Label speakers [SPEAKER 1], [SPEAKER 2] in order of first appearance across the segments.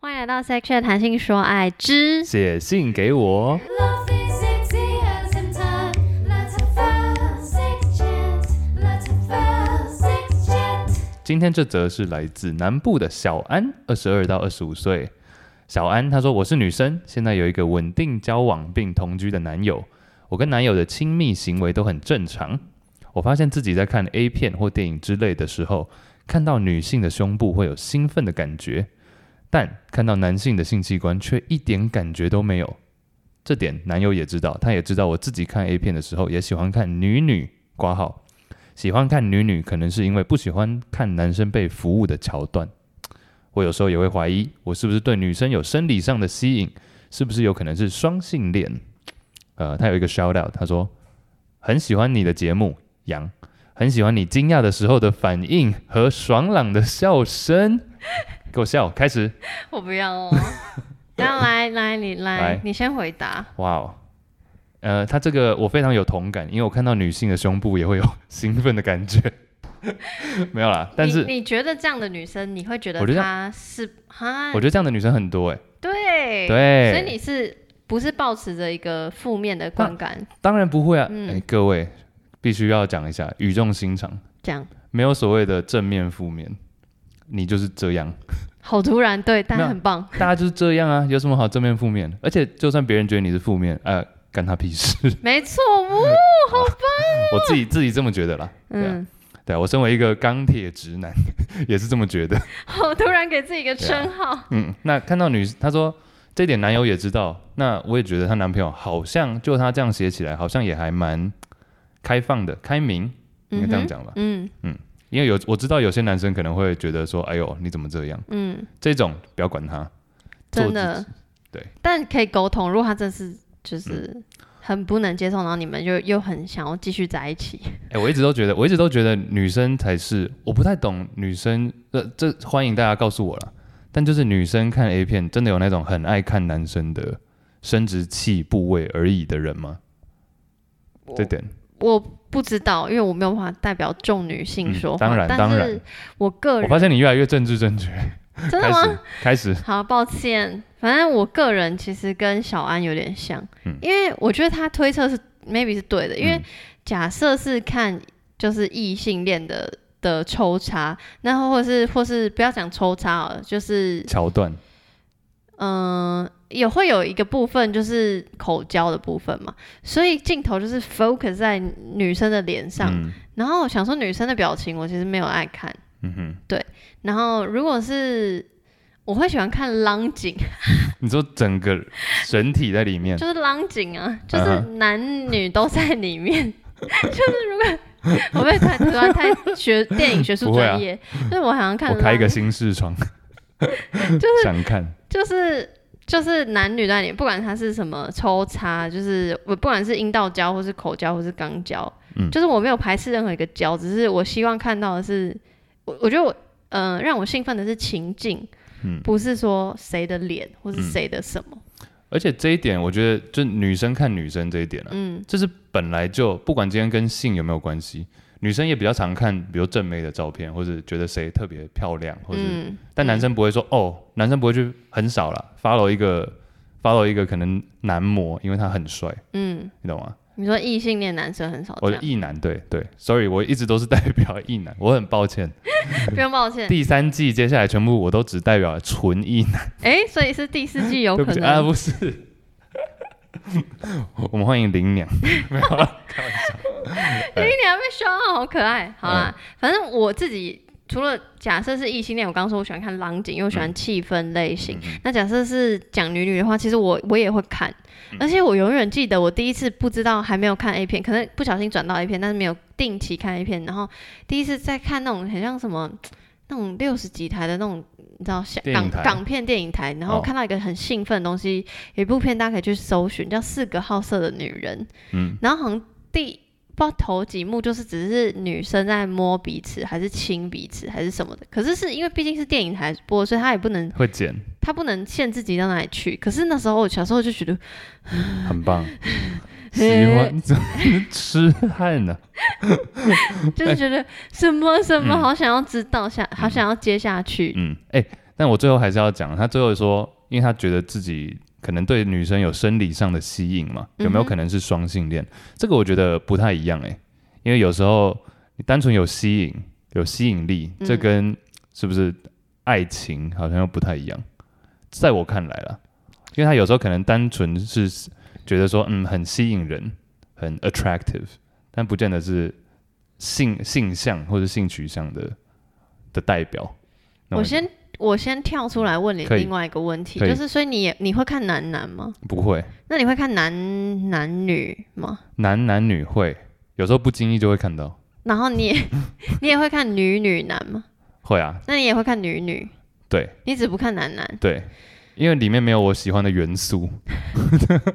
[SPEAKER 1] 迎来到 Section 谈性说爱之
[SPEAKER 2] 写信给我。
[SPEAKER 3] Love is sexy as in time. Let's have a sex chat. Let's have a sex chat.
[SPEAKER 2] 今天这则是来自南部的小安，二十二到二十五岁。小安她说：“我是女生，现在有一个稳定交往并同居的男友。我跟男友的亲密行为都很正常。我发现自己在看 A 片或电影之类的时候，看到女性的胸部会有兴奋的感觉，但看到男性的性器官却一点感觉都没有。这点男友也知道，他也知道我自己看 A 片的时候也喜欢看女女挂号。”喜欢看女女，可能是因为不喜欢看男生被服务的桥段。我有时候也会怀疑，我是不是对女生有生理上的吸引，是不是有可能是双性恋？呃，他有一个 shout out，他说很喜欢你的节目，杨，很喜欢你惊讶的时候的反应和爽朗的笑声，给我笑，开始，
[SPEAKER 1] 我不要哦。那来来，你来
[SPEAKER 2] 来，
[SPEAKER 1] 你先回答。
[SPEAKER 2] 哇哦，呃，他这个我非常有同感，因为我看到女性的胸部也会有 兴奋的感觉，没有啦，但是
[SPEAKER 1] 你你觉得这样的女生，你会觉得
[SPEAKER 2] 我觉得
[SPEAKER 1] 她是哈？
[SPEAKER 2] 我觉得这样的女生很多哎、
[SPEAKER 1] 对
[SPEAKER 2] 对
[SPEAKER 1] 所以你是不是抱持着一个负面的观感？
[SPEAKER 2] 当然不会啊！哎、
[SPEAKER 1] 嗯
[SPEAKER 2] 各位必须要讲一下，语重心长，
[SPEAKER 1] 这样
[SPEAKER 2] 没有所谓的正面负面，你就是这样，
[SPEAKER 1] 好突然，对，但
[SPEAKER 2] 没有
[SPEAKER 1] 很棒。
[SPEAKER 2] 大家就是这样啊，有什么好正面负面？而且就算别人觉得你是负面，呃，干他屁事，
[SPEAKER 1] 没错，呜，好棒。
[SPEAKER 2] 我自己自己这么觉得啦。对啊
[SPEAKER 1] 嗯，
[SPEAKER 2] 对啊，我身为一个钢铁直男， 也是这么觉得。
[SPEAKER 1] 好突然给自己一个称号。
[SPEAKER 2] 嗯，那看到女，她说这点男友也知道，那我也觉得她男朋友好像就她这样写起来，好像也还蛮开放的、开明，应该这样讲吧。
[SPEAKER 1] 嗯
[SPEAKER 2] 因为有我知道有些男生可能会觉得说，哎呦你怎么这样？
[SPEAKER 1] 嗯，
[SPEAKER 2] 这种不要管他，做
[SPEAKER 1] 真的。
[SPEAKER 2] 对，嗯
[SPEAKER 1] 但可以沟通。如果他真是就是很不能接受，然后你们就又很想要继续在一起，
[SPEAKER 2] 哎、我一直都觉得，我一直都觉得女生才是，我不太懂女生，呃，这欢迎大家告诉我啦。但就是女生看 A 片，真的有那种很爱看男生的生殖器部位而已的人吗？这点，嗯
[SPEAKER 1] 我不知道，因为我没有办法代表众女性说话。
[SPEAKER 2] 嗯当然
[SPEAKER 1] 但
[SPEAKER 2] 当
[SPEAKER 1] 是
[SPEAKER 2] 然，
[SPEAKER 1] 我个
[SPEAKER 2] 我
[SPEAKER 1] 人
[SPEAKER 2] 发现你越来越政治正确，
[SPEAKER 1] 真的
[SPEAKER 2] 开
[SPEAKER 1] 吗
[SPEAKER 2] 始？开始，
[SPEAKER 1] 好，抱歉，反正我个人其实跟小安有点像，
[SPEAKER 2] 嗯
[SPEAKER 1] 因为我觉得他推测是 maybe 是对的，因为
[SPEAKER 2] 嗯
[SPEAKER 1] 假设是看就是异性恋的的抽查，然后或是或是不要讲抽查好了，就是
[SPEAKER 2] 桥段，
[SPEAKER 1] 嗯、呃也会有一个部分就是口交的部分嘛，所以镜头就是 focus 在女生的脸上，
[SPEAKER 2] 嗯
[SPEAKER 1] 然后想说女生的表情我其实没有爱看，
[SPEAKER 2] 嗯哼，
[SPEAKER 1] 然后如果是我会喜欢看浪 景。
[SPEAKER 2] 你说整个整体在里面，
[SPEAKER 1] 就是浪景啊，就
[SPEAKER 2] 嗯
[SPEAKER 1] 是
[SPEAKER 2] 哼
[SPEAKER 1] 男女都在里面。 就是如果我 被太突然太学电影学术
[SPEAKER 2] 不会啊
[SPEAKER 1] 专业，就是我好像看
[SPEAKER 2] 我开一个
[SPEAKER 1] 浪
[SPEAKER 2] 新 视窗，想看，
[SPEAKER 1] 就是。就是男女在里面，不管他是什么抽插，就是我不管是阴道交，或是口交，或是肛交，
[SPEAKER 2] 嗯
[SPEAKER 1] 就是我没有排斥任何一个交，只是我希望看到的是，我我觉得我，嗯、让我兴奋的是情境，
[SPEAKER 2] 嗯
[SPEAKER 1] 不是说谁的脸或是谁的什么，
[SPEAKER 2] 而且这一点，我觉得就女生看女生这一点啊，
[SPEAKER 1] 嗯
[SPEAKER 2] 这是本来就不管今天跟性有没有关系，女生也比较常看，比如正妹的照片，或者觉得谁特别漂亮，或者、
[SPEAKER 1] 嗯，
[SPEAKER 2] 但男生不会说哦，男生不会去很少啦 f o l l o w 一个 follow 一个可能男模，因为他很帅，
[SPEAKER 1] 嗯，
[SPEAKER 2] 你懂吗？
[SPEAKER 1] 你说异性恋男生很少哦这
[SPEAKER 2] 我
[SPEAKER 1] 样，
[SPEAKER 2] 异男，对对，sorry，我一直都是 代表异男，我很抱歉。
[SPEAKER 1] 嗯不用抱歉。
[SPEAKER 2] 第三季接下来全部我都只代表纯异男，
[SPEAKER 1] 哎、所以是第四季有
[SPEAKER 2] 对不
[SPEAKER 1] 可
[SPEAKER 2] 起啊，
[SPEAKER 1] 能。
[SPEAKER 2] 不是。 我们欢迎林娘，没有啊，开玩笑。
[SPEAKER 1] 因为你还被凶啊，好可
[SPEAKER 2] 嗯
[SPEAKER 1] 爱。好啦，反正我自己除了假设是异性恋，我刚刚说我喜欢看浪景，因为我喜欢气氛类
[SPEAKER 2] 嗯
[SPEAKER 1] 型。那假设是讲女女的话，其实我我也会看，
[SPEAKER 2] 嗯
[SPEAKER 1] 而且我永远记得我第一次不知道还没有看 A 片，可能不小心转到 A 片，但是没有定期看 A 片，然后第一次在看那种很像什么。那种六十几台的那种，你知道香
[SPEAKER 2] 电
[SPEAKER 1] 港
[SPEAKER 2] 影台
[SPEAKER 1] 港片电影台，然后
[SPEAKER 2] 哦
[SPEAKER 1] 看到一个很兴奋的东西，有一部片大家可以去搜寻，叫《四个好色的女人》。
[SPEAKER 2] 嗯，
[SPEAKER 1] 然后好像第不知道头几幕就是只是女生在摸彼此，还是亲彼此，还是什么的。可是是因为毕竟是电影台播，所以他也不能
[SPEAKER 2] 会剪，
[SPEAKER 1] 他不能限制自己到哪里去。可是那时候我小时候就 觉得，
[SPEAKER 2] 哎很 棒。喜欢痴汉呢、
[SPEAKER 1] 就是觉得什么什么
[SPEAKER 2] 嗯
[SPEAKER 1] 好想要知道下，好想要接下去。
[SPEAKER 2] 嗯，哎、但我最后还是要讲，他最后说，因为他觉得自己可能对女生有生理上的吸引嘛，有没有
[SPEAKER 1] 嗯哼
[SPEAKER 2] 可能是双性恋？这个我觉得不太一样诶、因为有时候你单纯有吸引、有吸引力，这
[SPEAKER 1] 嗯
[SPEAKER 2] 跟是不是爱情好像又不太一样，在我看来啦，因为他有时候可能单纯是觉得说，嗯，很吸引人，很 attractive，但不见得是性性向或者性取向的的代表。那
[SPEAKER 1] 我先我先跳出来问你
[SPEAKER 2] 嗯可以
[SPEAKER 1] 另外一个问题，
[SPEAKER 2] 可以
[SPEAKER 1] 就是所以你也你会看男男吗？
[SPEAKER 2] 不会，
[SPEAKER 1] 那你会看男男女吗？
[SPEAKER 2] 男男女会有时候不经意就会看到，
[SPEAKER 1] 然后你也 你也会看女女男吗？
[SPEAKER 2] 会啊，
[SPEAKER 1] 那你也会看女女，
[SPEAKER 2] 对
[SPEAKER 1] 你只不看男男。
[SPEAKER 2] 对，因为里面没有我喜欢的元素，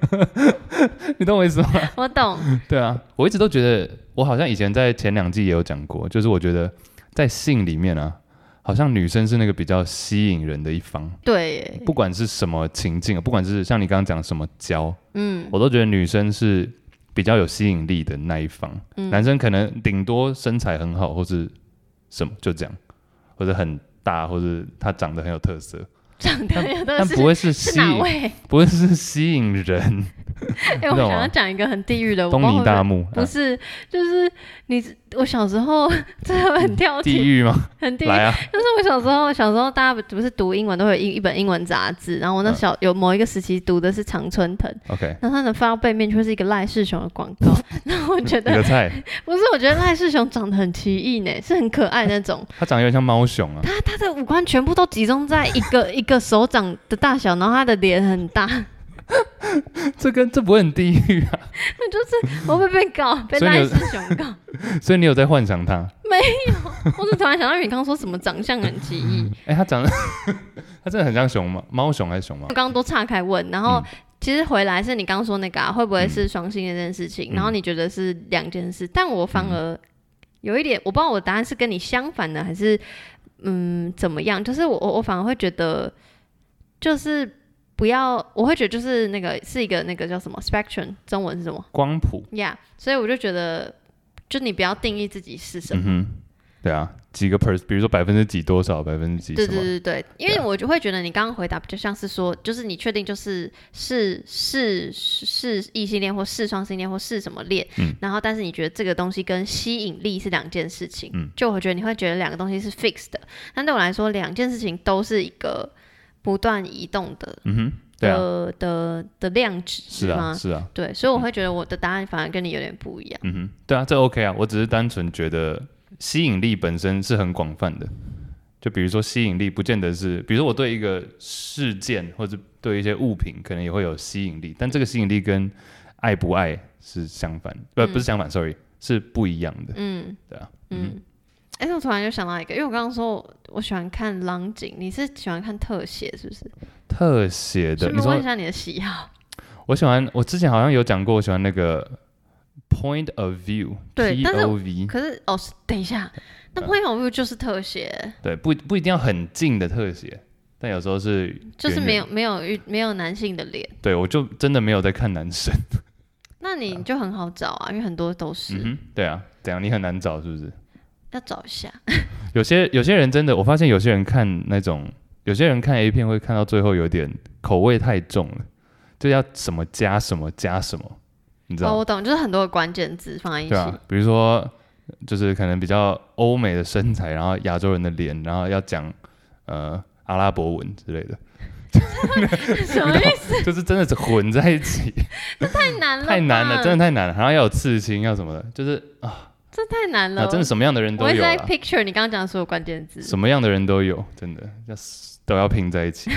[SPEAKER 2] 你懂我意思吗？
[SPEAKER 1] 我懂，
[SPEAKER 2] 对啊，我一直都觉得，我好像以前在前两季也有讲过，就是我觉得在性里面啊，好像女生是那个比较吸引人的一方，
[SPEAKER 1] 对耶，
[SPEAKER 2] 不管是什么情境，不管是像你刚刚讲什么交，
[SPEAKER 1] 嗯
[SPEAKER 2] 我都觉得女生是比较有吸引力的那一方，
[SPEAKER 1] 嗯
[SPEAKER 2] 男生可能顶多身材很好，或是什么就这样，或者很大，或者他长得很有特色，
[SPEAKER 1] 长得有的
[SPEAKER 2] 但
[SPEAKER 1] 是
[SPEAKER 2] 不会是
[SPEAKER 1] 是
[SPEAKER 2] 吸
[SPEAKER 1] 哪
[SPEAKER 2] 引，
[SPEAKER 1] 位？
[SPEAKER 2] 不会是吸引人。
[SPEAKER 1] 哎、
[SPEAKER 2] 你
[SPEAKER 1] 我
[SPEAKER 2] 懂吗
[SPEAKER 1] 想要讲一个很地狱的，我
[SPEAKER 2] 东
[SPEAKER 1] 不知道
[SPEAKER 2] 尼
[SPEAKER 1] 会不会
[SPEAKER 2] 大木、
[SPEAKER 1] 不
[SPEAKER 2] 啊、
[SPEAKER 1] 是，就是你，我小时候 这很跳
[SPEAKER 2] 啊地
[SPEAKER 1] 题，
[SPEAKER 2] 狱吗？
[SPEAKER 1] 很地狱。
[SPEAKER 2] 来啊，
[SPEAKER 1] 就是我小时候，小时候大家不是读英文都会有一一本英文杂志，然后我那
[SPEAKER 2] 嗯
[SPEAKER 1] 小、有某一个时期读的是常春藤，
[SPEAKER 2] OK，
[SPEAKER 1] 然后他的翻到背面却是一个赖世雄的广告， 然后我觉
[SPEAKER 2] 你 的
[SPEAKER 1] 得
[SPEAKER 2] 菜，
[SPEAKER 1] 不是，我觉得赖世雄长得很奇异呢，是很可爱那种，
[SPEAKER 2] 它长得有点像猫熊啊。
[SPEAKER 1] 他他的五官全部都集中在一个 一个手掌的大小，然后他的脸很大，
[SPEAKER 2] 这跟这不会很地狱啊？
[SPEAKER 1] 那 就是我会被 告，被
[SPEAKER 2] 所以你
[SPEAKER 1] 赖
[SPEAKER 2] 有
[SPEAKER 1] 世雄告。
[SPEAKER 2] 所以你有在幻想它？
[SPEAKER 1] 我只突然想到你刚刚说什么长相很奇异，
[SPEAKER 2] 哎、它长得， 它真的很像熊猫，猫熊还是熊猫
[SPEAKER 1] 我？刚刚都岔开问，然后
[SPEAKER 2] 嗯
[SPEAKER 1] 其实回来是你刚刚说那个、啊、会不会是双性恋这件事情，
[SPEAKER 2] 嗯
[SPEAKER 1] 然后你觉得是两件事，但我反而有一点，我不知道我答案是跟你相反的，还是嗯怎么样？就是我我我反而会觉得，就是不要，我会觉得就是那个是一个那个叫什么 spectrum，中文是什么
[SPEAKER 2] 光谱，
[SPEAKER 1] 呀所以我就觉得，就你不要定义自己是什么。
[SPEAKER 2] 嗯哼，对啊，几个 per，比如说百分之几多少，百分之几
[SPEAKER 1] 对
[SPEAKER 2] 嗯什
[SPEAKER 1] 对
[SPEAKER 2] 么？
[SPEAKER 1] 对对，因为我就会觉得你刚刚回答比较像是说，就是你确定就是是是是是异性恋或是双性恋或是什么恋，
[SPEAKER 2] 嗯
[SPEAKER 1] 然后但是你觉得这个东西跟吸引力是两件事情，
[SPEAKER 2] 嗯
[SPEAKER 1] 就我觉得你会觉得两个东西是 fixed 的，但对我来说两件事情都是一个不断移动的
[SPEAKER 2] 嗯哼，对啊，
[SPEAKER 1] 的的的量值
[SPEAKER 2] 是啊，
[SPEAKER 1] 呃吗？
[SPEAKER 2] 是啊，
[SPEAKER 1] 对，所以我会觉得我的答案反而跟你有点不一样。
[SPEAKER 2] 嗯哼，对啊，这 OK 啊，我只是单纯觉得吸引力本身是很广泛的。就比如说吸引力，不见得是，比如说我对一个事件或者对一些物品，可能也会有吸引力，但这个吸引力跟爱不爱是相反，呃，不是相反，sorry，是不一样的。
[SPEAKER 1] 嗯，
[SPEAKER 2] 对啊，
[SPEAKER 1] 嗯。哎、我突然就想到一个，因为我刚刚说我我喜欢看狼景，你是喜欢看特写是不是？
[SPEAKER 2] 特写的，
[SPEAKER 1] 顺
[SPEAKER 2] 你
[SPEAKER 1] 便问
[SPEAKER 2] 说
[SPEAKER 1] 一下你的喜好，
[SPEAKER 2] 我喜欢，我之前好像有讲过，我喜欢那个 point of view，
[SPEAKER 1] 对
[SPEAKER 2] p
[SPEAKER 1] 但是
[SPEAKER 2] o v，
[SPEAKER 1] 可是哦，是等一下，那
[SPEAKER 2] 嗯
[SPEAKER 1] 朋友不就是特写，
[SPEAKER 2] 对，不不一定要很近的特写，但有时候是
[SPEAKER 1] 就是
[SPEAKER 2] 远
[SPEAKER 1] 没
[SPEAKER 2] 远
[SPEAKER 1] 有没有遇没有男性的脸，
[SPEAKER 2] 对，我就真的没有在看男生。
[SPEAKER 1] 那你就很好找啊，因为很多都是、
[SPEAKER 2] 嗯哼，对啊，怎样？你很难找是不是？
[SPEAKER 1] 要找一下，
[SPEAKER 2] 有些有些人真的，我发现有些人看那种，有些人看 A 片会看到最后有点口味太重了，就要什么加什么加什么，你知道
[SPEAKER 1] 哦，
[SPEAKER 2] 吗？
[SPEAKER 1] 我懂，就是很多的关键字放在一起，
[SPEAKER 2] 对啊，比如说就是可能比较欧美的身材，然后亚洲人的脸，然后要讲呃阿拉伯文之类的，
[SPEAKER 1] 什么意思？
[SPEAKER 2] 就是真的是混在一 起，
[SPEAKER 1] 太难了吧，
[SPEAKER 2] 太难了，真的太难了。然后要有刺青，要什么的，就是啊，
[SPEAKER 1] 这太难了，
[SPEAKER 2] 那真的什么样的人都
[SPEAKER 1] 我一直
[SPEAKER 2] 有啊
[SPEAKER 1] 在
[SPEAKER 2] 啦，
[SPEAKER 1] picture 你刚刚讲的所有关键字，
[SPEAKER 2] 什么样的人都有，真的要都要拼在一起。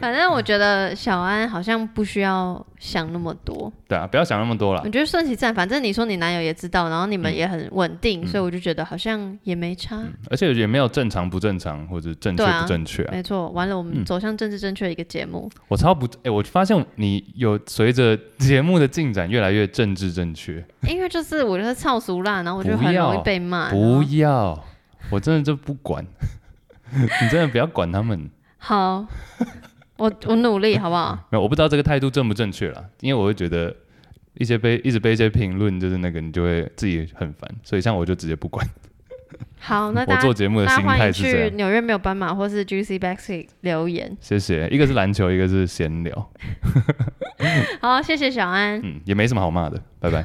[SPEAKER 1] 反正我觉得小安好像不需要想那么多，
[SPEAKER 2] 对啊，不要想那么多啦
[SPEAKER 1] 我。觉得顺其自然。反正你说你男友也知道，然后你们
[SPEAKER 2] 嗯
[SPEAKER 1] 也很稳定，
[SPEAKER 2] 嗯
[SPEAKER 1] 所以我就觉得好像也没差。
[SPEAKER 2] 而且也没有正常不正常或者正确
[SPEAKER 1] 对啊
[SPEAKER 2] 不正确啊。
[SPEAKER 1] 没错，完了，我们
[SPEAKER 2] 嗯
[SPEAKER 1] 走向政治正确的一个节目。
[SPEAKER 2] 我超不哎、我发现你有随着节目的进展越来越政治正确。
[SPEAKER 1] 因为就是我就是操俗辣，然后我就
[SPEAKER 2] 不
[SPEAKER 1] 很容易
[SPEAKER 2] 要
[SPEAKER 1] 被骂。然
[SPEAKER 2] 不
[SPEAKER 1] 后
[SPEAKER 2] 要，我真的就不管， 你真的不要管他们。
[SPEAKER 1] 好，我我努力好不 好？
[SPEAKER 2] 没有，我不知道这个态度正不正确啦，因为我会觉得一些被一直被一些评论，就是那个你就会自己很烦，所以像我就直接不管。
[SPEAKER 1] 好，那
[SPEAKER 2] 我
[SPEAKER 1] 大
[SPEAKER 2] 做
[SPEAKER 1] 家
[SPEAKER 2] 节目的
[SPEAKER 1] 大
[SPEAKER 2] 心
[SPEAKER 1] 家欢
[SPEAKER 2] 态
[SPEAKER 1] 迎
[SPEAKER 2] 是这
[SPEAKER 1] 去
[SPEAKER 2] 样。
[SPEAKER 1] 纽约没有斑马或是 Juicy Backseat 留言。
[SPEAKER 2] 谢谢，一个是篮球，一个是闲聊，嗯
[SPEAKER 1] 好，谢谢小安。
[SPEAKER 2] 嗯，也没什么好骂的，拜拜。